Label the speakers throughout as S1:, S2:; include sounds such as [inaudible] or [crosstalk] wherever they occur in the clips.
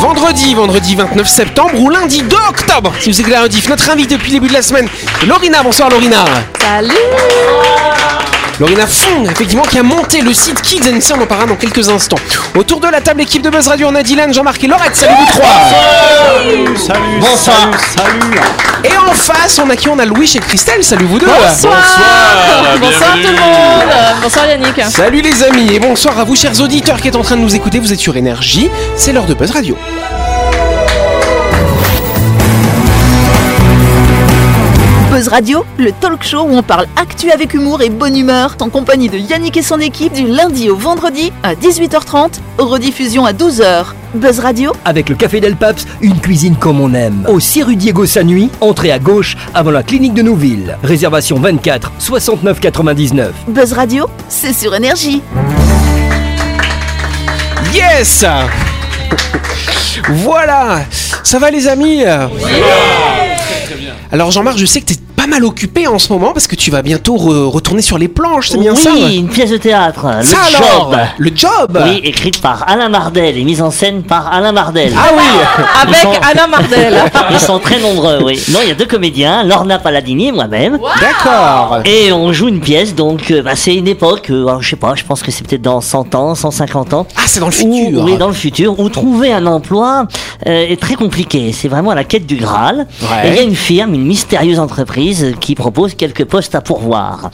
S1: Vendredi, vendredi 29 septembre ou lundi 2 octobre, si vous écoutez la rediff, notre invité depuis le début de la semaine, Lorina. Bonsoir Lorina.
S2: Salut
S1: Lorina Fong, effectivement, qui a monté le site Kids and Sir, on en parlera dans quelques instants. Autour de la table, équipe de Buzz Radio, on a Dylan, Jean-Marc et Laurette. Salut vous trois
S3: Salut,
S1: Bonsoir.
S3: salut, salut.
S1: Et en face, on a qui On a Louis et Christelle. Salut vous deux
S2: Bonsoir Bonsoir tout le monde Bonsoir Yannick
S1: Salut les amis et bonsoir à vous chers auditeurs qui êtes en train de nous écouter, vous êtes sur Énergie, c'est l'heure de Buzz Radio.
S4: Buzz Radio, le talk show où on parle actu avec humour et bonne humeur, en compagnie de Yannick et son équipe du lundi au vendredi à 18h30, rediffusion à 12h. Buzz Radio,
S5: Avec le Café Del Paps, une cuisine comme on aime. Au 6 rue Diego Sanui, entrée à gauche avant la clinique de Nouville. Réservation 24 69 99.
S4: Buzz Radio, c'est sur énergie.
S1: Yes Voilà Ça va les amis Alors Jean-Marc, je sais que t'es pas mal occupé en ce moment parce que tu vas bientôt re- retourner sur les planches, c'est bien
S6: oui,
S1: ça
S6: une pièce de théâtre. Le
S1: Ça
S6: job.
S1: alors Le job
S6: Oui, écrite par Alain Mardel et mise en scène par Alain Mardel.
S1: Ah oui
S2: Avec Anna Mardel
S6: Ils sont très nombreux, oui. Non, il y a deux comédiens, Lorna Paladini et moi-même.
S1: D'accord
S6: Et on joue une pièce, donc euh, bah, c'est une époque, euh, alors, je sais pas, je pense que c'est peut-être dans 100 ans, 150 ans.
S1: Ah c'est dans le
S6: Où,
S1: futur
S6: oui, dans le futur, où trouver un emploi euh, est très compliqué. C'est vraiment à la quête du Graal.
S1: Ouais.
S6: Et il y a une firme, une mystérieuse entreprise qui propose quelques postes à pourvoir.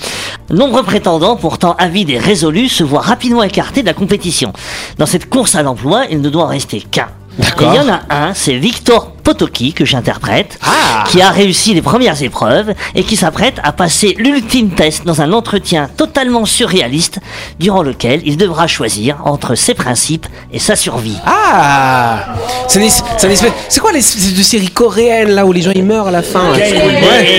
S6: Nombreux prétendants, pourtant avides et résolus, se voient rapidement écartés de la compétition. Dans cette course à l'emploi, il ne doit en rester qu'un. Et
S1: D'accord.
S6: Il y en a un, c'est Victor Potoki, que j'interprète,
S1: Ah.
S6: qui a réussi les premières épreuves et qui s'apprête à passer l'ultime test dans un entretien totalement surréaliste durant lequel il devra choisir entre ses principes et sa survie.
S1: Ah C'est une es- c'est une espèce- c'est quoi les espèces de séries coréennes là où les gens ils meurent à la fin là Ouais,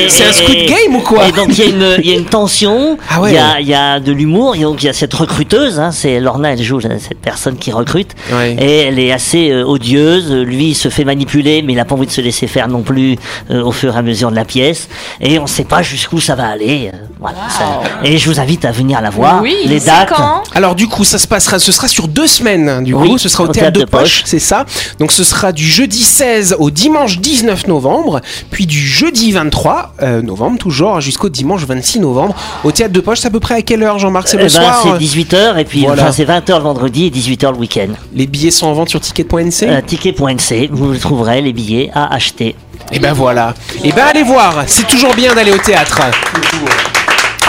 S6: Et-
S1: C'est un
S6: et-
S1: Squid
S6: et-
S1: Game ou quoi
S6: Et donc il y, a une- il y a une tension,
S1: Ah
S6: il
S1: ouais.
S6: y, a, il y a de l'humour, et donc il y a cette recruteuse, hein, c'est Lorna, elle joue euh, cette personne qui recrute,
S1: Ouais.
S6: et elle est assez euh, odieuse, Euh, lui il se fait manipuler, mais il a pas envie de se laisser faire non plus euh, au fur et à mesure de la pièce, et on sait pas jusqu'où ça va aller. euh, voilà, ça- et je vous invite à venir la voir,
S2: Oui,
S6: les
S2: c'est
S6: dates. eh
S2: quand
S1: Alors du coup, ça se passera, ce sera sur deux semaines. Du
S6: Oui,
S1: coup, ce sera au, théâtre, de, poche, c'est ça. Donc ce sera du jeudi 16 au dimanche 19 novembre, puis du jeudi 23 euh, novembre toujours jusqu'au dimanche 26 novembre au théâtre de poche. C'est à peu près à quelle heure, Jean-Marc C'est le
S6: Eh ben,
S1: soir.
S6: c'est
S1: euh,
S6: 18h, et puis
S1: Voilà.
S6: enfin, c'est 20h le vendredi et 18h le week-end.
S1: Les billets sont en vente sur ticket.nc.
S6: Euh, Ticket.nc, vous trouverez les billets à acheter.
S1: Et ben voilà. Et ben allez voir. C'est toujours bien d'aller au théâtre.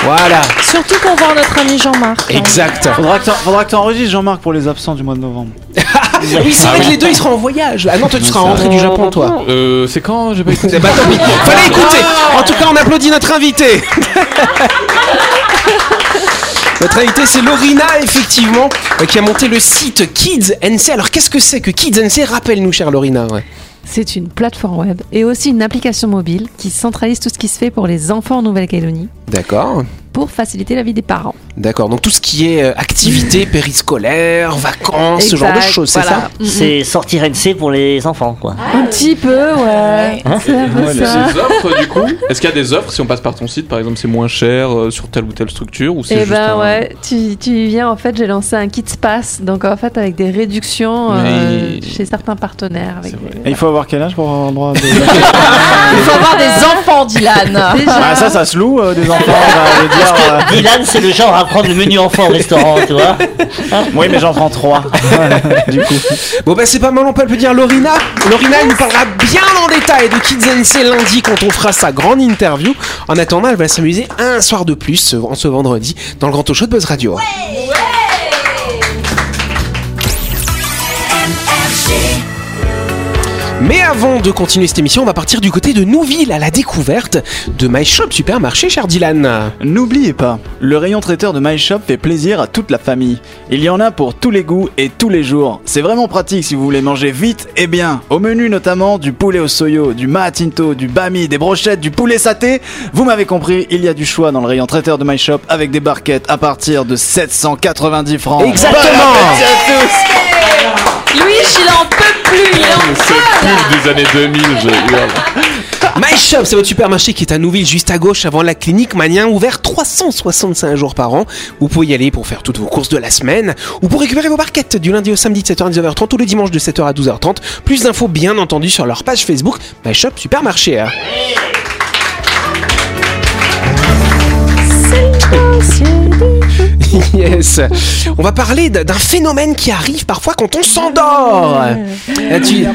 S1: Voilà.
S2: Surtout pour voir notre ami Jean-Marc
S1: Exact.
S3: Faudra que t'en- faudra que t'enregistres Jean-Marc pour les absents du mois de novembre.
S1: Oui,
S6: Ah
S1: c'est vrai que les deux ils seront en voyage. Ah non, toi tu seras rentré du Japon, toi.
S7: Euh, c'est quand J'ai pas écouté.
S1: Eh ben, tant pis. Fallait écouter. En tout cas, on applaudit notre invité. [laughs] Notre invité, c'est Lorina, effectivement, euh, qui a monté le site Kids NC. Alors, qu'est-ce que c'est que Kids NC Rappelle-nous, chère Lorina. ouais.
S8: C'est une plateforme web et aussi une application mobile qui centralise tout ce qui se fait pour les enfants en Nouvelle-Calédonie
S1: D'accord.
S8: pour faciliter la vie des parents.
S1: D'accord. Donc, tout ce qui est euh, [laughs] activités périscolaires, vacances, ce genre de
S8: Exact,
S1: choses,
S8: voilà.
S1: c'est ça
S8: Mm, mm.
S6: C'est sortir NC pour les enfants, quoi.
S8: Un petit peu, ouais. C'est un peu
S7: Ouais, mais
S8: ça.
S7: ces offres du coup Est-ce qu'il y a des offres si on passe par ton site par exemple c'est moins cher euh, sur telle ou telle structure ou c'est
S8: Et
S7: juste
S8: ben
S7: un-
S8: ouais, tu, tu y viens en fait, j'ai lancé un kit pass, donc en fait avec des réductions euh,
S7: Mais-
S8: chez certains partenaires. Avec
S7: C'est vrai.
S3: Et il faut avoir quel âge pour avoir le droit
S7: [laughs]
S3: de.
S2: Il faut avoir des enfants Dylan
S8: Déjà,
S3: Ah, ça, ça se loue, euh, des enfants. bah, je veux dire, euh,
S6: Dylan, c'est le genre à prendre le menu enfant au restaurant,
S1: [laughs]
S6: tu vois.
S3: euh. Oui, mais j'en
S7: [laughs]
S3: prends trois. du coup.
S1: Bon, ben, c'est pas mal, on peut applaudir Lorina. Lorina, elle nous parlera bien en détail de Kids NC lundi quand on fera sa grande interview. En attendant, elle va s'amuser un soir de plus euh, en ce vendredi dans le Grand Talk Show de Buzz Radio. Mais avant de continuer cette émission, on va partir du côté de Nouville à la découverte de My Shop Supermarché, cher Dylan.
S3: N'oubliez pas, le rayon traiteur de MyShop fait plaisir à toute la famille. Il y en a pour tous les goûts et tous les jours. C'est vraiment pratique si vous voulez manger vite et bien. Au menu notamment du poulet au soyo, du maatinto, du bami, des brochettes, du poulet saté. Vous m'avez compris, il y a du choix dans le rayon traiteur de MyShop avec des barquettes à partir de 790 francs.
S1: Exactement.
S2: Louis, il en peut plus il en-
S7: C'est plus des années 2000, je hurle.
S1: My Shop, c'est votre supermarché qui est à Nouville, juste à gauche avant la clinique Manien, ouvert 365 jours par an. Vous pouvez y aller pour faire toutes vos courses de la semaine ou pour récupérer vos barquettes du lundi au samedi de 7h à 19h30 ou le dimanche de 7h à 12h30. Plus d'infos, bien entendu, sur leur page Facebook My Shop Supermarché. [laughs] hein. Yes. On va parler d- d'un phénomène qui arrive parfois quand on s'endort. Ah, tu-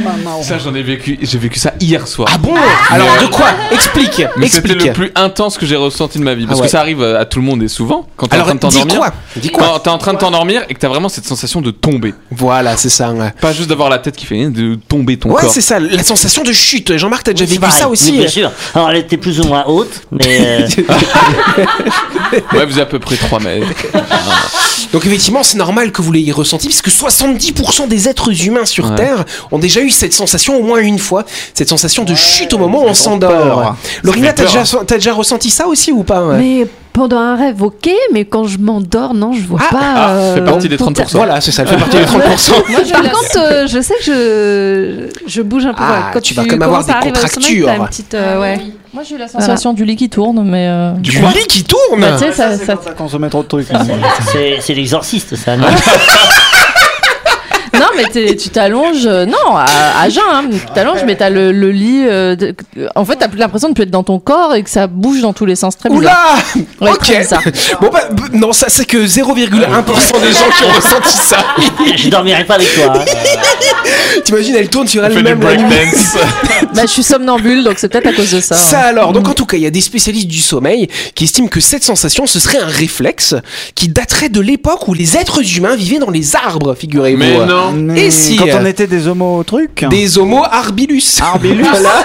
S7: Ça, j'en ai vécu, j'ai vécu ça hier soir.
S1: Ah bon Alors de quoi Explique.
S7: Mais c'était
S1: explique.
S7: le plus intense que j'ai ressenti de ma vie. Parce
S1: Ah ouais.
S7: que ça arrive à tout le monde et souvent. Quand t'es en
S1: Alors
S7: train de
S1: dis
S7: t'endormir.
S1: quoi Dis quoi
S7: Quand t'es en train de t'endormir et que t'as vraiment cette sensation de tomber.
S1: Voilà, c'est ça. ouais.
S7: Pas juste d'avoir la tête qui fait hein, de tomber ton
S1: Ouais,
S7: corps.
S1: c'est ça, la sensation de chute. Jean-Marc, t'as déjà
S6: C'est
S1: vécu
S6: pareil.
S1: ça
S6: Oui,
S1: aussi hein.
S6: bien sûr. Alors elle était plus ou moins haute,
S1: [laughs]
S6: mais euh,
S7: Ouais, vous êtes à peu près 3 mètres.
S1: Donc effectivement, c'est normal que vous l'ayez ressenti, puisque 70% des êtres humains sur
S7: Ouais.
S1: Terre ont déjà eu cette sensation au moins une fois, cette sensation de chute au moment où on s'endort. Lorina,
S7: fait
S1: t'as
S7: peur,
S1: déjà, t'as déjà ressenti ça aussi ou pas ouais
S8: Mais pendant un rêve, ok, mais quand je m'endors, non, je vois
S1: Ah,
S8: pas. euh,
S7: ah, fait partie des
S8: pour
S7: 30%.
S8: terre-
S1: Voilà, c'est ça, elle fait partie des
S7: [laughs]
S1: 30%.
S8: Moi, je- par contre, euh, je sais que je, je bouge un peu.
S1: Ah,
S8: voilà. Quand
S1: tu vas quand même avoir
S8: commences à
S1: des
S8: arriver au sommeil,
S1: contractures.
S8: t'as une petite, euh, ouais.
S2: Ah, Moi j'ai eu la sensation du lit qui tourne, mais. euh,
S1: Du Ah, lit qui tourne
S2: bah, tu sais, ça, ça-
S3: Ça consommait trop de trucs. hein.
S6: c'est c'est l'exorciste,
S1: [laughs]
S6: ça. non
S2: Non, mais t'es- tu t'allonges, euh, non, à, à jeun, hein, tu t'allonges, mais t'as le, le lit. euh, de- en fait, t'as l'impression de plus être dans ton corps et que ça bouge dans tous les sens. Très bizarre.
S1: Oula [laughs]
S2: Ouais,
S1: Ok
S2: très bizarre.
S1: Bon bah, b- non, ça c'est que 0,1% des gens qui ont ressenti
S7: [laughs]
S1: ça.
S6: je dormirai pas avec toi. hein.
S1: T'imagines, elle tourne sur
S7: Elle fait du
S1: elle-même la nuit.
S7: breakdance.
S2: Bah, je suis somnambule, donc c'est peut-être à cause de ça. hein.
S1: Ça
S2: ouais.
S1: alors, donc en tout cas, il y a des spécialistes du sommeil qui estiment que cette sensation, ce serait un réflexe qui daterait de l'époque où les êtres humains vivaient dans les arbres, figurez-vous.
S7: Mais non.
S1: Et si,
S3: Quand
S1: euh,
S3: on était des homos trucs.
S1: Des homo arbilus.
S3: Arbilus.
S1: Voilà.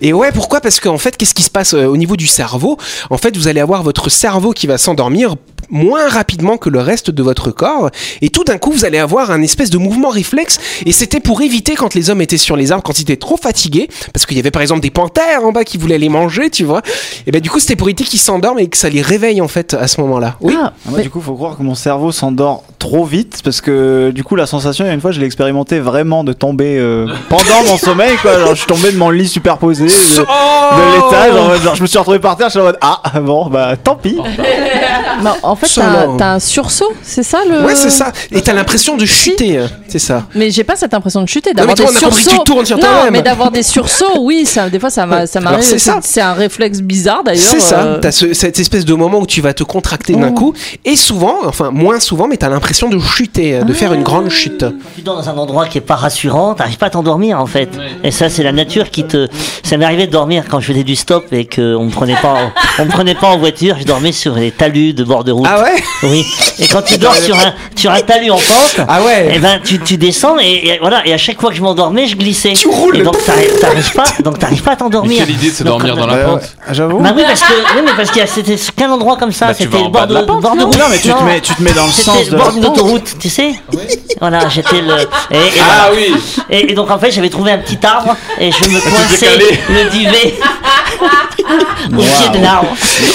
S1: Et ouais, pourquoi Parce qu'en fait, qu'est-ce qui se passe euh, au niveau du cerveau En fait, vous allez avoir votre cerveau qui va s'endormir moins rapidement que le reste de votre corps et tout d'un coup vous allez avoir un espèce de mouvement réflexe et c'était pour éviter quand les hommes étaient sur les arbres quand ils étaient trop fatigués parce qu'il y avait par exemple des panthères en bas qui voulaient les manger tu vois et ben du coup c'était pour éviter qu'ils s'endorment et que ça les réveille en fait à ce moment-là oui
S2: Ah,
S3: Ah, moi, du coup, faut croire que mon cerveau s'endort trop vite parce que du coup, la sensation, il y a une fois, je l'ai expérimenté vraiment de tomber
S6: [laughs]
S3: euh, pendant mon sommeil, quoi. Genre, je suis tombé de mon lit superposé je- de,
S6: Oh
S3: l'étage. en mode, genre, je me suis retrouvé par terre, je suis en mode ah bon, bah tant pis.
S2: mais en fait,
S1: Ça,
S2: t'as
S1: là,
S2: un- t'as un sursaut, c'est ça le.
S1: ouais c'est ça et t'as l'impression de chuter euh, c'est ça
S2: Mais j'ai pas cette impression de chuter,
S1: non mais
S2: d'avoir
S1: toi
S2: des
S1: on a compris que tu
S2: sursauts.
S1: tournes sur
S2: Non,
S1: toi-même
S2: mais d'avoir des sursauts, oui, ça, des fois ça m'a- ça
S1: Alors,
S2: m'arrive.
S1: c'est ça.
S2: C'est un réflexe bizarre d'ailleurs.
S1: C'est ça,
S2: euh,
S1: t'as ce- cette espèce de moment où tu vas te contracter d'un coup, et souvent, enfin moins souvent, mais t'as l'impression de chuter, euh, de faire une grande chute.
S6: Tu dors dans un endroit qui est pas rassurant, t'arrives pas à t'endormir en fait. Et ça, c'est la nature qui te. Ça m'est arrivé de dormir quand je faisais du stop et qu'on me prenait pas, en... on me prenait pas en voiture. Je dormais sur les talus de bord de route.
S1: Ah ouais
S6: Oui. Et quand tu dors sur un, sur un talus en pente.
S1: Ah
S6: Et
S1: ouais
S6: ben tu, tu descends et, et voilà et à chaque fois que je m'endormais je glissais.
S1: Tu roules.
S6: Et donc t'arrives t'arrives pas donc t'arrives pas à
S7: Mais
S6: t'endormir.
S7: quelle idée de se
S6: Donc,
S7: dormir
S6: quand-
S7: dans la
S3: Euh,
S7: pente.
S3: J'avoue.
S6: Bah oui parce que oui, mais parce qu'il y a- c'était qu'un endroit comme ça
S7: Bah, tu
S6: c'était
S7: vas en
S6: le bord
S7: bas de
S6: de,
S7: la
S6: le bord de route.
S3: Non, mais tu te mets, tu te mets dans le
S6: C'était Ah
S3: sens
S6: le
S3: de.
S6: bord d'une autoroute, tu sais Voilà, j'étais le. Et, et voilà.
S7: Ah oui
S6: Et, et donc en fait, j'avais trouvé un petit arbre et je me coinçais
S7: décalais.
S6: le duvet au pied de l'arbre.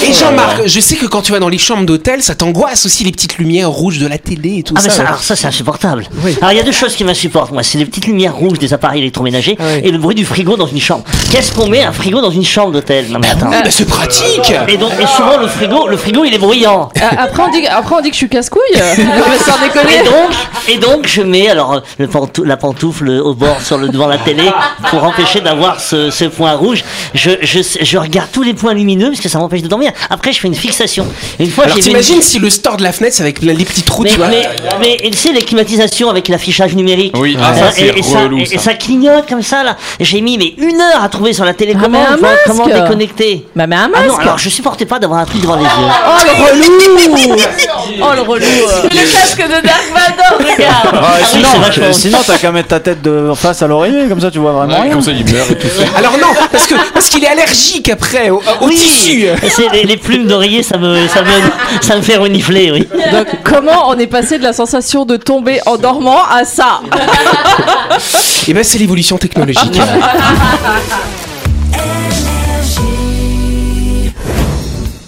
S1: Et Jean-Marc, je sais que quand tu vas dans les chambres d'hôtel, ça t'angoisse aussi les petites lumières rouges de la télé et tout
S6: Ah mais
S1: ça.
S6: ça, alors ça c'est insupportable. Alors il y a deux choses qui m'insupportent moi, c'est les petites lumières rouges des appareils électroménagers
S1: Ah oui.
S6: et le bruit du frigo dans une chambre. Qu'est-ce qu'on met un frigo dans une chambre d'hôtel Non mais attends.
S1: Ah, bah, c'est pratique
S6: Et donc et souvent le frigo, le frigo il
S1: [laughs]
S6: est bruyant.
S2: Euh, Après on dit, après on dit que je suis casse-couille. euh, sans
S6: Et
S2: déconner.
S6: donc, et donc, je mets alors euh, le pantou- la pantoufle au bord sur le devant la télé pour empêcher d'avoir ce, ce point rouge. Je, je, je regarde tous les points lumineux parce que ça m'empêche de dormir. Après, je fais une fixation. Et Une fois,
S1: Alors
S6: j'ai vu une-
S1: t'imagines si le store de la fenêtre, c'est avec la- les petits trous,
S6: Mais,
S1: tu vois
S6: mais, oh, mais, et tu sais, les climatisations avec l'affichage numérique.
S7: Oui, ah, ça,
S6: Euh,
S7: c'est
S6: et, et ça,
S7: relou,
S6: et- et
S7: ça.
S6: ça clignote comme ça, là. Et J'ai mis mais une heure à trouver sur la télécommande
S2: Ah, mais un
S6: voir comment
S2: masque.
S6: déconnecter.
S2: Bah, mais un
S6: Ah
S2: masque.
S6: non,
S9: hein.
S6: alors je supportais pas d'avoir un truc devant les yeux.
S2: Oh
S1: Ah,
S2: le relou Oh le relou euh.
S9: Le casque de Dark Vador, regarde
S3: Ah,
S6: Ah oui,
S3: sinon,
S6: c'est vachement-
S3: sinon, t'as qu'à mettre ta tête de face à l'oreiller, comme ça, tu vois
S1: Ah,
S3: vraiment
S7: Ouais,
S3: rien.
S7: Comme ça, il meurt et
S1: [laughs]
S7: tout.
S1: Alors non, parce que parce qu'il est allergique après au, au tissu.
S6: c'est les, les plumes d'oreiller, ça me, ça me, ça me fait renifler, oui.
S2: [laughs] Donc comment on est passé de la sensation de tomber en dormant à ça
S1: Et ben c'est l'évolution technologique.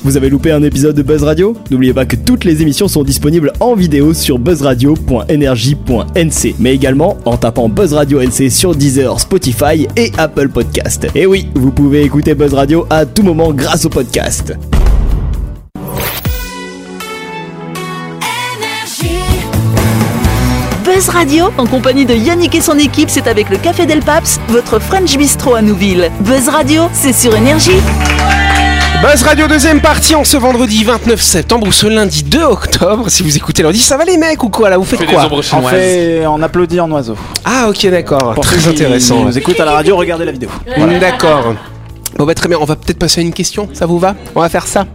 S10: Vous avez loupé un épisode de Buzz Radio N'oubliez pas que toutes les émissions sont disponibles en vidéo sur buzzradio.energie.nc, mais également en tapant Buzz Radio NC sur Deezer, Spotify et Apple Podcast. Et oui, vous pouvez écouter Buzz Radio à tout moment grâce au podcast.
S4: [laughs] Buzz Radio, en compagnie de Yannick et son équipe, c'est avec le Café Del Paps, votre French Bistro à Nouville. Buzz Radio, c'est sur Énergie.
S1: Buzz Radio deuxième partie en ce vendredi 29 septembre ou ce lundi 2 octobre. Si vous écoutez lundi, ça va les mecs ou quoi là Vous faites quoi
S3: On, fait, on applaudit en oiseau.
S1: Ah ok d'accord,
S3: Pour
S1: très
S3: ceux qui
S1: intéressant.
S3: nous écoutent à la radio, regardez la vidéo.
S1: Mm, D'accord. Bon bah très bien, on va peut-être passer à une question, ça vous va On va faire ça.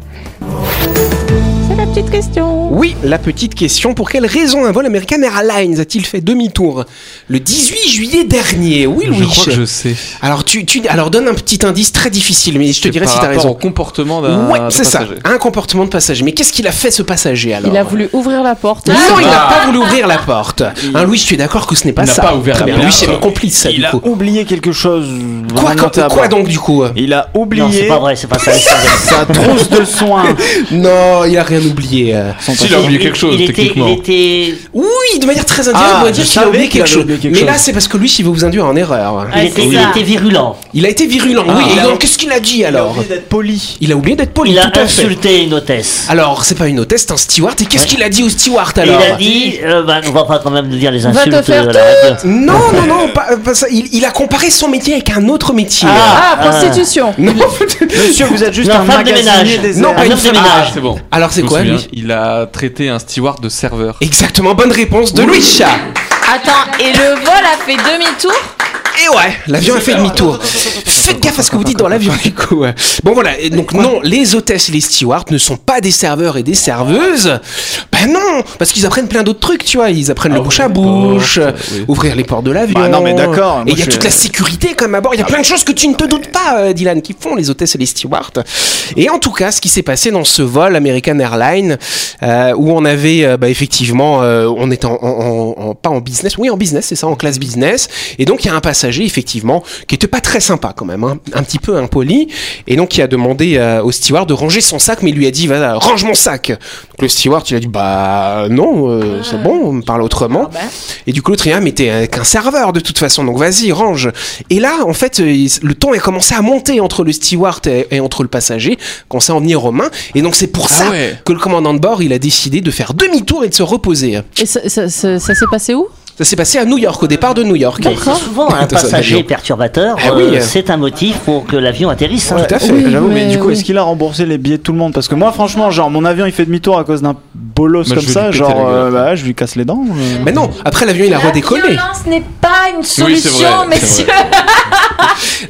S2: C'est la petite question.
S1: Oui, la petite question, pour quelle raison un vol American Airlines a-t-il fait demi-tour le 18 juillet dernier Oui Louis
S7: Je crois que je sais.
S1: Alors, tu, tu- alors donne un petit indice très difficile, mais je te
S7: C'est
S1: dirai
S7: par
S1: si t'as
S7: rapport
S1: raison.
S7: au euh, comportement d'un-
S1: Ouais,
S7: d'un
S1: c'est ça,
S7: passager.
S1: un comportement de passager. Mais qu'est-ce qu'il a fait ce passager alors
S2: Il a
S7: euh,
S2: voulu ouvrir la porte.
S9: Ah,
S2: Ah,
S1: Non, il n'a pas voulu ouvrir la porte. Hein, Louis, tu es d'accord que ce n'est pas
S7: Il n'a
S1: ça.
S7: pas ouvert
S1: Très
S7: la
S1: bien.
S7: porte.
S1: Louis, c'est mon complice, ça,
S3: Il
S1: du
S3: a
S1: coup.
S3: oublié quelque chose.
S1: Quoi,
S3: vraiment
S1: quoi,
S3: notable.
S1: quoi donc, du coup euh?
S3: Il
S6: Non,
S3: a
S6: c'est
S3: oublié
S6: pas vrai, c'est pas ça.
S3: sa trousse de soins.
S1: Non, il a rien oublié. euh.
S7: Si, il a oublié quelque chose,
S6: il était, il
S7: techniquement.
S6: était,
S1: Oui, de manière très indirecte,
S3: Ah,
S1: on va dire
S3: je
S1: qu'il a oublié
S3: savais qu'il
S1: quelque
S3: avait
S1: chose.
S3: oublié quelque
S1: Mais
S3: chose.
S1: là, c'est parce que Louis, il veut vous induire en erreur.
S2: Ah,
S6: il était, il
S7: ça.
S6: était virulent.
S1: Il a été virulent, oui. Et
S7: Ah.
S1: donc, qu'est-ce qu'il a dit alors
S3: d'être poli.
S1: Il a oublié d'être poli,
S6: Il a
S1: tout à fait.
S6: insulté une hôtesse.
S1: Alors, c'est pas une hôtesse, c'est un steward. Et qu'est-ce
S6: Ouais.
S1: qu'il a dit au steward
S6: Et
S1: alors
S6: il a dit, euh, bah, on va pas quand même nous dire les
S2: te
S6: insultes.
S2: faire
S6: euh, la-
S1: Non, non, non, pas- pas ça. Il, il a comparé son métier avec un autre métier.
S2: Ah, prostitution.
S1: Non, [laughs]
S3: Monsieur, vous êtes juste
S6: Non,
S3: un
S6: femme de
S3: magasinier
S6: ménage.
S3: des
S1: Non,
S3: airs.
S1: pas
S6: Un
S1: une
S6: homme de
S1: femme.
S6: ménage.
S7: Ah, c'est bon.
S1: Alors, c'est
S7: Je me
S1: quoi,
S7: souviens,
S1: lui
S7: Il a traité un steward de serveur.
S1: Exactement, bonne réponse de Louis Chat.
S9: Attends, et le vol a fait demi-tour
S1: Et ouais, l'avion a fait demi-tour. Faites gaffe à ce que vous dites dans l'avion, [laughs] du coup. Bon, voilà. Et donc, non, les hôtesses et les stewards ne sont pas des serveurs et des serveuses. Ben non, parce qu'ils apprennent plein d'autres trucs, tu vois. Ils apprennent le bouche à
S7: ouvrir les
S1: bouche,
S7: portes, oui.
S1: ouvrir les portes de l'avion.
S3: Bah non, mais d'accord, moi,
S1: Et il y a
S3: je-
S1: toute la sécurité, comme à bord. Il y a plein de choses que tu ne te doutes pas, euh, Dylan, qui font les hôtesses et les stewards. Et en tout cas, ce qui s'est passé dans ce vol American Airlines, euh, où on avait, euh, bah, effectivement, euh, on était en, en- en- en- pas en business, oui, en business, c'est ça, en classe business. Et donc, il y a un passager, effectivement, qui était pas très sympa quand même, hein, un petit peu impoli. Et donc, il a demandé euh, au steward de ranger son sac, mais il lui a dit, va, range mon sac. Donc, le steward, il a dit, bah, non, euh, c'est bon, on me parle autrement. Et du coup, l'autre, il a dit, Ah, mais t'es euh, qu'un serveur de toute façon, donc vas-y, range. Et là, en fait, euh, il- le ton a commencé à monter entre le steward et, et entre le passager, commençait à en venir aux mains. Et donc, c'est pour
S7: Ah
S1: ça
S7: ouais.
S1: que le commandant de bord, il a décidé de faire demi-tour et de se reposer.
S2: Et ça, ça- ça- ça s'est passé où
S1: Ça s'est passé à New York, au départ de New York.
S6: Mais c'est souvent un
S1: Attends, ça,
S6: passager
S1: l'avion.
S6: perturbateur,
S1: Ah oui,
S6: euh,
S1: euh.
S6: c'est un motif pour que l'avion atterrisse. hein.
S1: Tout à fait.
S2: Oui,
S3: J'avoue, mais,
S2: mais
S3: du coup,
S2: oui.
S3: est-ce qu'il a remboursé les billets de tout le monde Parce que moi, franchement, genre, mon avion il fait demi-tour à cause d'un
S7: Moi,
S3: bolos
S7: je
S3: comme
S7: vais
S3: ça,
S7: lui péter la
S3: genre,
S7: gueule.
S3: euh, bah, je lui casse les dents. euh.
S1: Mais non, après l'avion, il a redécollé.
S9: La violence n'est pas une
S7: Oui, c'est
S9: solution,
S7: vrai, c'est
S9: messieurs.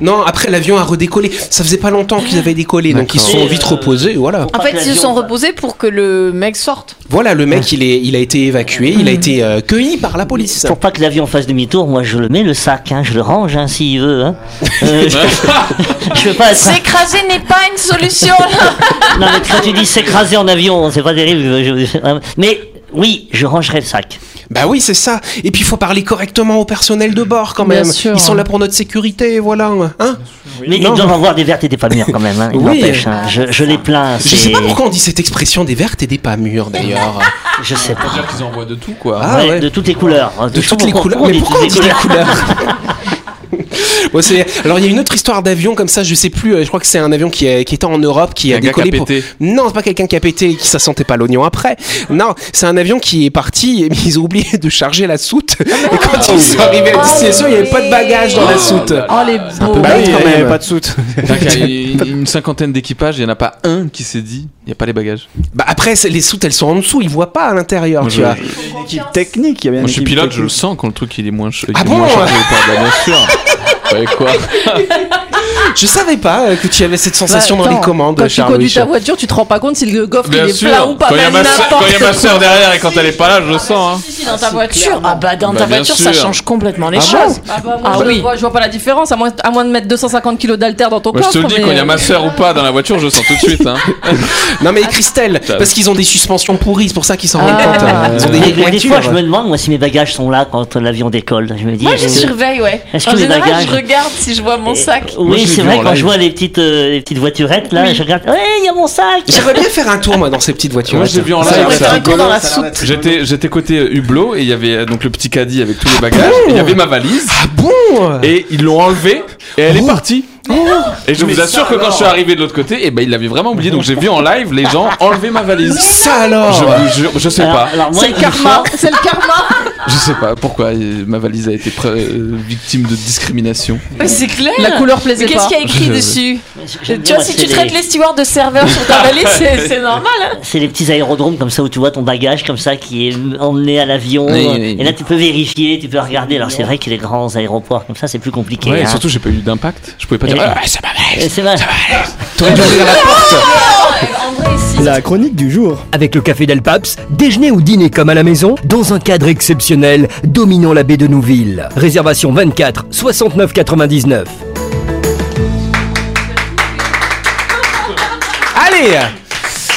S1: Non, après l'avion a redécollé. Ça faisait pas longtemps qu'ils avaient décollé, donc ils se sont
S6: D'accord.
S1: vite reposés. Voilà.
S9: En
S6: Pas
S9: fait,
S6: que
S9: ils se
S6: l'avion-
S9: sont reposés pour que le mec sorte.
S1: Voilà, le
S7: Ah.
S1: mec, il, est, il a été évacué,
S7: Hmm.
S1: il a été euh, cueilli par la police.
S6: Pour pas que l'avion fasse demi-tour, moi je le mets le sac, hein, je le range hein, s'il veut. hein. Euh, je, je veux pas être.
S9: S'écraser n'est pas une solution. là.
S6: Non, mais quand tu dis s'écraser en avion, c'est pas terrible. je- Mais oui, je rangerai le sac.
S1: Bah oui, c'est ça. Et puis il faut parler correctement au personnel de bord quand
S2: Bien
S1: même.
S2: sûr.
S1: Ils sont là pour notre sécurité, voilà. Hein
S6: mais
S1: non.
S6: ils doivent avoir des vertes et des pas mûres quand même. Hein. Il
S1: Oui.
S6: n'empêche, hein, je, je les plains.
S1: Je sais
S6: c'est-
S1: pas pourquoi on dit cette expression des vertes et des pas mûres d'ailleurs.
S6: Je sais pas.
S7: C'est-à-dire qu'ils envoient de tout, quoi.
S1: Ah
S6: Ouais,
S1: ouais.
S6: De toutes les couleurs. hein,
S1: De toutes
S6: Je comprends
S1: les couleurs.
S6: pourquoi on
S1: Mais
S6: dit
S1: pourquoi on
S6: toutes
S1: dit
S6: les
S1: les
S6: couleurs.
S1: couleurs [laughs] Bon, c'est- Alors il y a une autre histoire d'avion comme ça, je sais plus, euh, je crois que c'est un avion qui, est- qui était en Europe, qui a
S7: Un gars qui a
S1: décollé pour...
S7: pété.
S1: [laughs] Non, c'est pas quelqu'un qui a pété et qui ça sentait pas l'oignon après. Non, c'est un avion qui est parti, mais [laughs] ils ont oublié de charger la soute. Et quand ils sont arrivés
S2: Ah,
S1: à destination, il n'y avait pas de bagages dans la
S7: Oh
S1: soute.
S7: là
S2: [laughs] Oh, les
S3: Bah
S2: beaux.
S1: bête,
S3: oui,
S1: quand
S3: il y avait
S1: même.
S3: pas de soute.
S7: T'as qu'à- il y a une cinquantaine d'équipages, il n'y en a pas un qui s'est dit, il n'y a pas les bagages.
S1: Bah après, c'est- les soutes, elles sont en dessous, ils voient pas à l'intérieur,
S7: Moi,
S1: tu
S7: je-
S1: vois.
S3: Équipe technique, il y avait une
S7: Moi, je suis
S3: équipe
S7: pilote, je
S3: technique.
S7: le sens quand le truc il est moins, ch- il
S1: Ah
S7: est
S1: bon
S7: moins chargé ou pas. Bah, bien
S1: [laughs]
S7: sûr. Ouais, quoi
S1: Je savais pas euh, que tu avais cette sensation
S2: Bah,
S1: dans les
S2: attends,
S1: commandes,
S2: Quand tu
S1: Charles.
S2: conduis
S1: Louis.
S2: ta voiture, tu te rends pas compte si le coffre il est plein ou pas.
S7: Quand il y a
S2: mais
S1: Bah,
S7: ma soeur,
S2: n'importe
S7: quand il y a ma
S2: quoi.
S7: sœur derrière et quand elle est pas là, je le sens. hein.
S9: si, dans ta voiture. Ah bah dans
S2: Bah,
S9: ta
S2: bien
S9: voiture, ça
S2: sûr.
S9: change complètement les
S2: Ah bon
S9: choses.
S2: Ah, bah, moi,
S9: Ah
S2: je
S9: oui.
S2: Vois, je vois pas la différence, à moins, à moins de mettre 250 kilos d'altère dans ton
S7: Moi, je
S2: corps.
S7: te le dis, quand
S9: euh,
S7: il y a ma soeur ou pas dans la voiture, je sens tout de suite.
S1: [laughs]
S7: Hein.
S1: non, mais Christelle, parce qu'ils ont des suspensions pourries, c'est pour ça qu'ils s'en rendent compte.
S7: Ah.
S1: Ils ont Ah. des
S6: Mais- mais des
S1: voitures.
S6: fois, je me demande, moi, si mes bagages sont là quand euh, l'avion décolle. Je me dis.
S9: Moi, je
S6: est-ce que-
S9: surveille, ouais.
S6: Est-ce
S9: En
S6: que les
S9: général,
S6: bagages.
S9: je regarde si je vois mon
S6: [laughs]
S9: sac.
S6: Oui, c'est vrai, quand je vois
S1: live.
S6: les petites, euh, les petites voiturettes, là, je regarde. Ouais, il y a mon sac
S1: J'aimerais bien faire un tour, moi, dans ces petites voitures.
S7: Moi, j'ai vu en
S1: Ça a
S7: live.
S1: l'air
S7: ça.
S1: d'être rigolo.
S7: J'étais, j'étais côté euh, Hublot et il y avait euh, donc le petit caddie avec tous les bagages.
S1: Oh.
S7: et Il y avait ma valise. Ah
S1: bon
S7: Et ils l'ont enlevée et elle est partie. Et je
S1: Oh. Mais
S7: vous
S1: ça
S7: assure que quand
S1: alors
S7: je suis arrivé de l'autre côté, et ben il l'avait vraiment oublié. Donc j'ai vu en live les gens enlever ma valise.
S1: Ça alors
S7: Je vous jure, je sais
S6: Alors-
S7: pas.
S6: alors moi, C'est le une karma, fois-
S2: c'est le karma.
S7: Je sais pas pourquoi euh, ma valise a été pre- euh, victime de discrimination.
S9: Mais c'est clair.
S2: La couleur plaisait
S9: Mais qu'est-ce
S2: pas.
S9: qu'il y a écrit
S7: Je-
S9: dessus
S6: j'aime
S9: Tu vois,
S6: bien,
S9: si
S6: c'est
S9: tu
S6: les-
S9: traites les stewards de serveurs sur ta
S7: [laughs]
S9: valise, c'est c'est normal. hein.
S6: C'est les petits aérodromes comme ça où tu vois ton bagage comme ça qui est emmené à l'avion.
S7: Oui, oui.
S6: Et là, tu peux vérifier, tu peux regarder. Alors, c'est vrai que les grands aéroports comme ça, c'est plus compliqué.
S7: Ouais, et
S6: hein.
S7: surtout j'ai pas eu d'impact. Je pouvais pas
S6: Et-
S7: dire. Ah, c'est ma valise.
S6: Eh Et c'est vrai.
S7: [laughs]
S1: T'aurais dû ouvrir la porte.
S10: La chronique du jour.
S5: Avec le café Del Paps, déjeuner ou dîner comme à la maison, dans un cadre exceptionnel, dominant la baie de Nouville. Réservation 24 69 99.
S1: Allez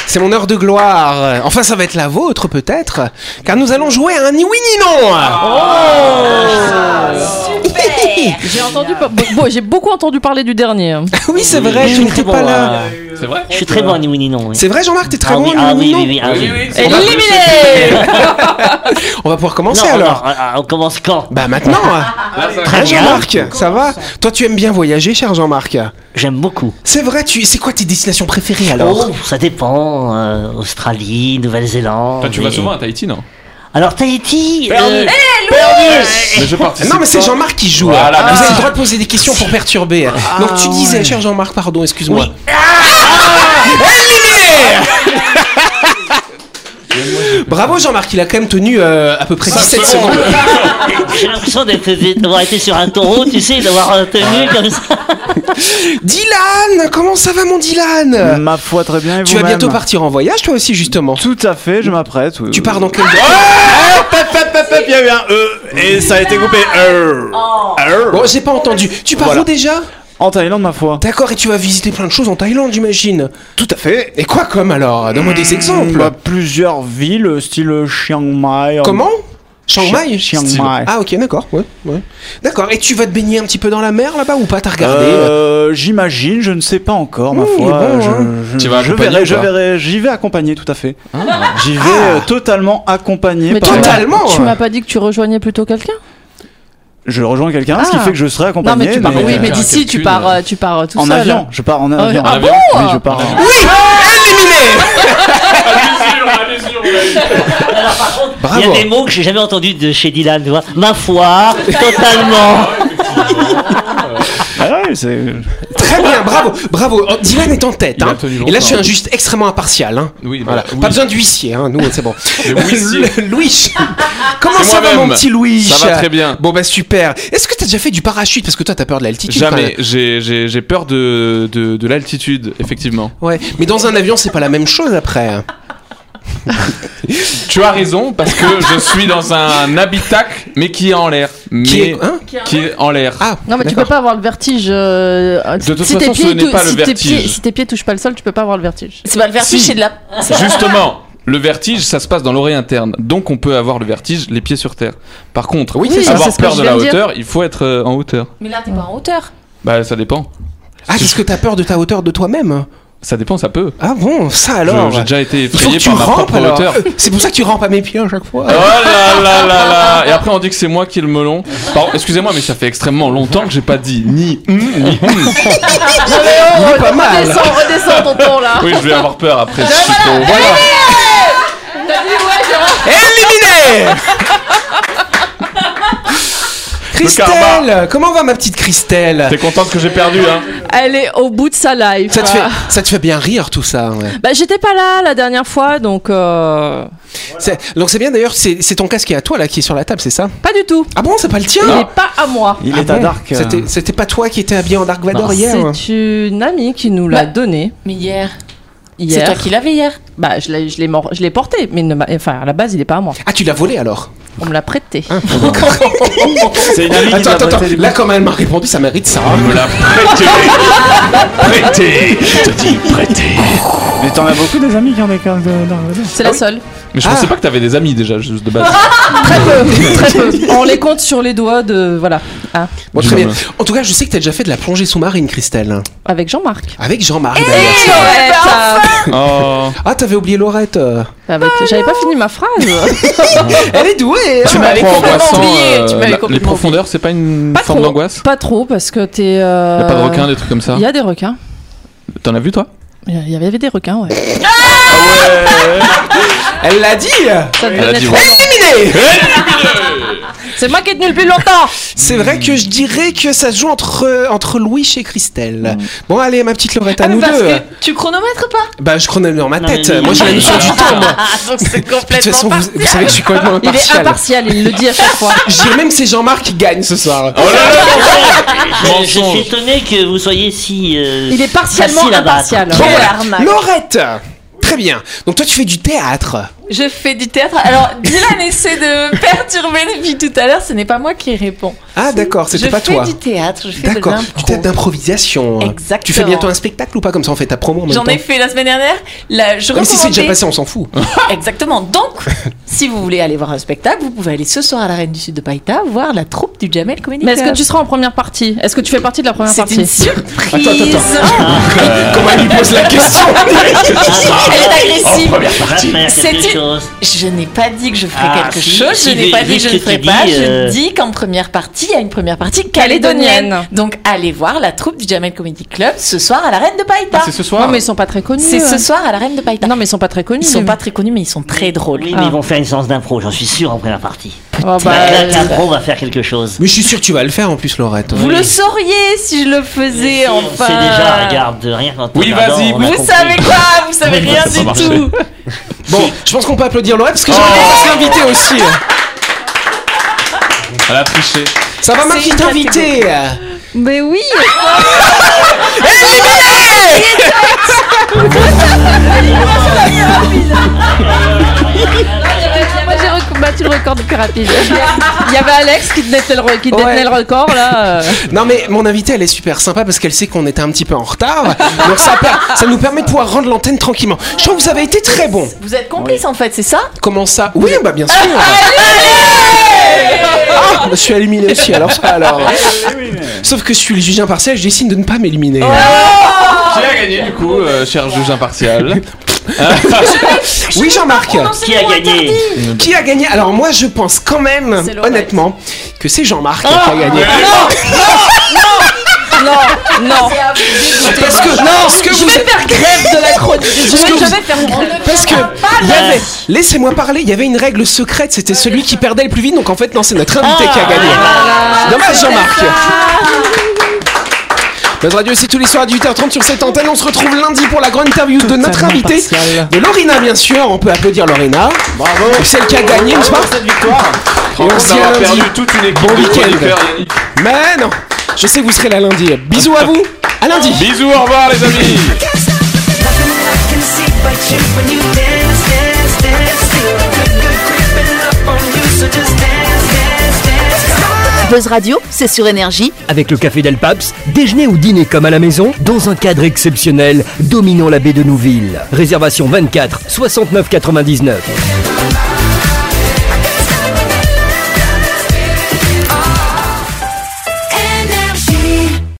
S1: c'est mon heure de gloire. Enfin, ça va être la vôtre peut-être, car nous allons jouer à un Ah ni oui ni non.
S9: hein.
S2: J'ai entendu
S9: [laughs]
S2: pas- bo- bo- j'ai beaucoup entendu parler du dernier. hein.
S1: oui, c'est vrai,
S6: Je
S1: je
S6: suis
S1: n'étais
S6: très
S1: pas
S6: bon,
S1: là.
S6: hein.
S7: C'est vrai.
S6: Je suis très bon, ni oui ni non. oui.
S1: C'est vrai, Jean-Marc, t'es très
S6: Ah
S1: bon.
S6: oui,
S1: en
S6: ah
S1: ni
S6: oui,
S1: non
S6: oui, oui, ah oui.
S2: Éliminé
S1: On va pouvoir
S6: Non,
S1: commencer
S6: non,
S1: alors.
S6: ah, ah, on commence quand
S1: Bah
S3: [laughs]
S1: maintenant. Hein,
S6: Très bien.
S1: Jean-Marc, ça va Toi, tu aimes bien voyager, cher Jean-Marc.
S6: J'aime beaucoup.
S1: C'est vrai, tu. C'est quoi tes destinations préférées alors
S6: Oh, ça dépend. euh, Australie, Nouvelle-Zélande.
S7: Toi, tu vas
S6: et-
S7: souvent à Tahiti, non Eh,
S6: Alors, Tahiti. euh,
S7: Mais je participe.
S1: Ah Non, mais c'est
S7: pas.
S1: Jean-Marc qui joue.
S7: Voilà,
S1: hein.
S7: mais
S1: Vous
S7: c'est-
S1: avez le droit de poser des questions pour perturber.
S3: Ah.
S1: Donc tu disais, cher Jean-Marc, pardon, excuse-moi. Ah.
S3: Ah.
S1: Éliminé [laughs] Bravo Jean-Marc, il a quand même tenu euh, à peu près 17 secondes.
S6: J'ai l'impression d'être- d'avoir été sur un taureau, tu sais, d'avoir euh, tenu comme ça.
S1: [laughs] Dylan Comment ça va mon Dylan
S3: Euh, Ma foi, très bien. et
S1: Tu vas
S3: vous-même
S1: bientôt partir en voyage toi aussi justement.
S3: Mmh, Tout à fait, je m'apprête. oui,
S1: Tu
S3: oui.
S1: pars dans quel...
S3: Ah, pep, pep, pep, pep, Il y a eu un E et ça a été coupé. Euh.
S1: Oh.
S3: Euh.
S1: Bon, j'ai pas entendu. Tu pars
S3: Voilà.
S1: où déjà
S3: En Thaïlande, ma foi.
S1: D'accord, et tu vas visiter plein de choses en Thaïlande, j'imagine. Hmm,
S3: Tout à fait.
S1: Et quoi comme alors Donne-moi des exemples.
S3: Bah, plusieurs villes, style Chiang Mai.
S1: Comment Chiang Mai
S3: Chiang
S1: Style.
S3: Mai.
S1: Ah ok, d'accord. Ouais, ouais. D'accord, et tu vas te baigner un petit peu dans la mer là-bas ou pas T'as regardé euh
S3: Euh, J'imagine, je ne sais pas encore, ma
S1: Oui,
S3: foi.
S1: bon,
S3: je,
S1: hein.
S3: je-
S7: Tu vas
S3: je
S7: accompagner
S3: verrai,
S7: ou
S3: je
S7: pas Ah.
S3: verrai. J'y vais accompagné, tout à fait. J'y vais euh, totalement accompagné.
S2: Mais
S3: par-
S2: tu-
S1: Totalement hein.
S2: Tu
S7: hein.
S2: m'as pas dit que tu rejoignais plutôt quelqu'un
S3: Je rejoins quelqu'un, ce qui
S2: Ah.
S3: fait que je serai
S2: Non,
S3: accompagné.
S2: mais tu pars.
S7: mais-
S2: Oui, mais
S7: Euh,
S2: d'ici, tu
S7: calcul,
S2: pars,
S7: euh,
S2: euh, tu pars tout
S3: en
S2: seul.
S3: avion. Je pars en avion.
S2: Ah bon
S3: oui, je pars. En...
S1: Ah,
S6: Alors, par contre, il y
S1: Bravo.
S6: a des mots que j'ai jamais entendus de chez Dylan, tu vois. Ma foi, totalement.
S3: Ah ouais, c'est.
S1: Très bien, bravo, bravo. Oh, Dylan est en tête.
S7: Il
S1: hein.
S7: a tenu
S1: Et là,
S7: longtemps.
S1: je suis un juste extrêmement impartial. hein.
S7: Oui, bah,
S1: Voilà.
S7: oui.
S1: Pas besoin d'huissier, hein, nous, c'est bon.
S7: Le
S1: [laughs]
S7: huissier.
S1: Le- Louis, comment
S7: C'est
S1: ça va,
S7: moi-même.
S1: mon petit Louis
S7: Ça va très bien.
S1: Bon, bah super. Est-ce que t'as déjà fait du parachute Parce que toi, t'as peur de l'altitude. quand
S7: Jamais,
S1: même.
S7: j'ai- j'ai j'ai peur de, de, de l'altitude, effectivement.
S1: Ouais, mais dans un avion, c'est pas la même chose après.
S7: Tu as raison, parce que je suis dans un habitacle, mais qui est en l'air. Mais
S1: Qui est- hein
S7: qui est en l'air.
S1: Ah,
S2: Non, mais tu peux pas avoir le vertige. euh,
S7: toute
S2: si tes
S7: façon, ce
S2: pieds
S7: n'est
S2: tou-
S7: pas le
S2: si tes
S7: vertige.
S2: pieds- Si tes pieds touchent pas le sol, tu peux pas avoir le vertige.
S9: C'est pas le vertige,
S7: Si.
S9: c'est de la.
S7: Ah, Justement, le vertige, ça se passe dans l'oreille interne. Donc on peut avoir le vertige les pieds sur terre. Par contre,
S1: Oui,
S2: c'est ça,
S7: avoir
S2: c'est ce que
S7: peur
S2: je
S7: de
S2: viens
S7: la
S2: de dire.
S7: hauteur, il faut être euh, en hauteur.
S9: Mais là, t'es pas en hauteur.
S7: Bah ça dépend.
S1: Ah, qu'est-ce que t'as peur de ta hauteur de toi-même
S7: Ça dépend, ça peut.
S1: Ah bon, ça
S7: Je-
S1: alors
S7: J'ai déjà été
S1: Il faut que
S7: effrayé
S1: tu
S7: par ma
S1: rampes
S7: propre
S1: alors.
S7: hauteur.
S1: [laughs] C'est pour ça que tu rampes à mes pieds à chaque fois.
S7: Oh là là là là Et après on dit que c'est moi qui ai le melon. Pardon, excusez-moi, mais ça fait extrêmement longtemps que j'ai pas dit ni hum, ni hum.
S1: Il est pas mal.
S2: Redescends, redescends, tonton, là
S7: Oui, je vais avoir peur après. je suis con. Voilà.
S1: [laughs] Éliminé
S7: [laughs] Le
S1: Christelle Comment va ma petite Christelle
S7: T'es contente que j'ai perdu, hein
S2: Elle est au bout de sa life.
S1: ça te, fait, ça te fait bien rire tout ça. ouais.
S2: Bah, j'étais pas là la dernière fois, donc. euh,
S1: C'est- Donc c'est bien d'ailleurs, c'est c'est ton casque qui est à toi là qui est sur la table, c'est ça
S2: Pas du tout.
S1: Ah bon, c'est pas le tien
S2: Il est pas à moi.
S3: Il
S1: Ah
S3: est à
S1: bon
S3: Dark. euh,
S1: C'était- C'était pas toi qui étais habillé en Dark Vador hier hein
S2: C'est une amie qui nous l'a
S9: Bah,
S2: donné
S9: Mais hier. C'est
S2: hier.
S9: toi qui l'avais hier.
S2: Bah, je l'ai, je l'ai mor- je l'ai porté, mais il ne m'a- enfin, à la base, il est pas à moi.
S1: Ah, tu l'as volé alors
S2: On me l'a prêté.
S1: C'est
S7: une amie qui
S1: attends,
S7: m'a
S1: attends,
S7: prêté
S1: attends.
S7: du
S1: Là, comment elle m'a répondu, ça mérite ça.
S7: Ah,
S1: hein.
S7: me l'a prêté. prêté. Je te dis prêté.
S3: Mais t'en as beaucoup des amis qui ont des cartes de- dans le
S1: ah
S2: C'est la seule.
S7: Mais je pensais pas que t'avais des amis déjà, juste de base.
S2: Très
S1: Ah,
S2: peu, très peu. On les compte sur les doigts de. Voilà. Ah.
S1: Bon, très bien. En tout cas, je sais que t'as déjà fait de la plongée sous-marine, Christelle.
S2: Avec Jean-Marc.
S1: Avec Jean-Marie d'ailleurs.
S2: Ouais,
S9: bah,
S2: ça-
S7: Oh.
S1: Ah, t'avais oublié Laurette. euh.
S2: avec- J'avais pas fini ma phrase.
S1: Elle est douée. hein.
S7: Tu m'avais
S9: complètement oublié, tu m'avais
S7: euh, Les
S9: complètement
S7: profondeurs, c'est pas une
S2: Pas
S7: forme
S2: trop. Euh,
S7: d'angoisse
S2: Pas trop parce que t'es.
S7: Y'a pas de requins, des trucs comme ça
S2: Il y a des requins.
S7: T'en as vu toi
S2: Il y avait il y avait des requins, ouais.
S1: Elle l'a dit. Eh,
S2: Ça
S7: Elle a
S2: devenait
S7: dit
S2: trop
S7: ouais.
S2: long. C'est moi qui ai tenu le plus
S9: [laughs]
S2: longtemps.
S1: C'est vrai que je dirais que ça se joue entre, euh, entre Louis et Christelle. Bon, allez, ma petite Laurette, à
S9: Ah, mais
S1: nous
S9: parce
S1: deux.
S9: que tu chronomètres ou pas
S1: Bah, je chronomètre dans ma
S6: Non,
S1: tête.
S6: mais-
S1: Moi, j'ai la notion du temps, moi.
S9: Donc c'est
S1: [laughs] De toute façon, vous, vous savez que je suis complètement
S2: Il est
S1: impartial.
S2: impartial, il le dit à chaque fois.
S1: Je dirais même que c'est Jean-Marc qui gagne ce soir.
S7: Oh là là
S6: Je, je suis
S7: Mensonge.
S6: étonné que vous soyez si. euh,
S2: Il est partiellement
S6: facile à battre.
S2: impartial.
S1: Bon, voilà.
S9: arnaque.
S1: Laurette Très bien. Donc, toi, tu fais du théâtre.
S9: [laughs] Je fais du théâtre. Alors, Dylan essaie de
S2: [laughs]
S9: me perturber depuis tout à l'heure. Ce n'est pas moi qui réponds.
S1: Ah, d'accord, c'était
S9: Je
S1: pas
S9: fais
S1: toi.
S9: du théâtre. Je fais de
S1: D'accord, du théâtre
S9: l'impro.
S1: d'improvisation. hein.
S9: Exactement.
S1: Tu fais bientôt un spectacle ou pas Comme ça, on fait ta promo en même
S9: J'en ai
S1: temps.
S9: fait la semaine dernière. Là, je
S1: Même si c'est
S9: recommandais-
S1: déjà passé, on s'en fout. hein.
S9: [laughs] Exactement. Donc, si vous voulez aller voir un spectacle, vous pouvez aller ce soir à la Reine du Sud de Païta voir la troupe du Jamel Comedy
S2: Mais est-ce que
S9: Club.
S2: tu seras en première partie Est-ce que tu fais partie de la première
S9: C'est
S2: partie
S9: une [laughs] surprise.
S1: Attends, Comment elle lui pose la question
S9: Elle est agressive.
S6: partie.
S9: C'est une-
S6: chose.
S9: Je n'ai pas dit que je ferais
S6: Ah,
S9: quelque
S6: si,
S9: chose,
S6: si,
S9: je n'ai
S6: vu-
S9: pas
S6: vu
S9: dit que
S6: ce
S9: je ne
S6: que
S9: ferais
S6: tu
S9: pas,
S6: dis,
S9: je
S6: euh,
S9: dis qu'en première partie, il y a une première partie calédonienne.
S2: Oh, Calédonienne.
S9: Donc allez voir la troupe du Jamel Comedy Club ce soir à la Reine de Païta.
S7: Ah, C'est ce
S2: Non,
S7: soir
S2: mais ils sont pas très connus.
S9: C'est ce
S2: euh.
S9: soir à la Reine de Païta.
S2: Non, mais ils sont pas très connus.
S9: Ils sont pas très connus, mais ils sont très drôles.
S6: Oui,
S2: Ah.
S6: mais ils vont faire une séance d'impro, j'en suis sûr, en première partie.
S2: Oh, bah,
S6: Bah,
S2: euh,
S6: L'impro va faire quelque chose.
S1: Mais je suis sûr que tu vas le faire en plus, Laurette.
S9: Vous
S6: Oui.
S9: le sauriez si je le faisais
S6: On
S9: enfin.
S6: sait déjà, regarde, rien quand
S7: Oui,
S6: en regardant,
S7: vas-y,
S6: on a
S9: Vous
S6: compris.
S9: savez quoi Vous savez rien
S7: Ça
S9: du
S7: va marcher.
S9: tout.
S1: Bon, je pense qu'on peut applaudir Laurette parce que j'aimerais
S9: Oh.
S1: bien passer l'invité aussi.
S7: Elle a triché.
S1: Ça va ma
S9: C'est
S1: petite
S9: une
S1: invitée
S8: Mais
S2: [laughs]
S8: oui
S2: Moi j'ai rec- battu le record du plus rapide. Il y avait Alex qui détenait le, re- qui détenait
S1: Ouais.
S2: le record là. euh.
S1: Non mais mon invitée elle est super sympa parce qu'elle sait qu'on était un petit peu en retard.
S9: [laughs]
S1: Donc ça, per- ça nous permet de pouvoir rendre l'antenne tranquillement. Je trouve que vous avez été très bon.
S9: Vous êtes complices en fait, c'est ça
S1: Comment ça Oui bah bien sûr. Ah, je suis éliminé aussi alors ça alors. Sauf que je suis le juge impartial, je décide de ne pas m'éliminer.
S7: Qui a gagné du coup, euh, cher juge impartial
S1: oui Jean-Marc
S6: Qui a gagné
S1: Qui a gagné Alors moi je pense quand même,
S9: C'est Laurette.
S1: honnêtement, que c'est Jean-Marc qui a gagné.
S2: Non, non.
S1: Parce que non, ce que vous êtes-
S2: Grève de la chronique. Je
S1: Parce que
S2: vais
S1: vous-
S2: jamais faire grève.
S1: Parce que il y avait, laissez-moi parler, il y avait une règle secrète, c'était celui qui perdait le plus vite, donc en fait non, c'est notre invité qui a gagné. Dommage Jean-Marc. Buzz Radio, c'est tous les soirs à 18h30 sur cette antenne. On se retrouve lundi pour la grande interview de notre invité, de Lorina, bien sûr. On peut applaudir Lorina. Bravo. Celle qui a gagné, n'est-ce pas cette victoire. Et on se dit à
S7: a
S1: lundi.
S7: perdu toute une équipe
S1: Bon
S7: de
S1: week-end.
S7: chroniqueurs, Yannick.
S1: Mais non, je sais que vous serez là lundi. Bisous à vous. À lundi.
S7: Bisous, au revoir les amis
S4: Buzz Radio, c'est sur énergie.
S5: Avec le café Del Paps, déjeuner ou dîner comme à la maison, dans un cadre exceptionnel, dominant la baie de Nouville. Réservation 24 69 99.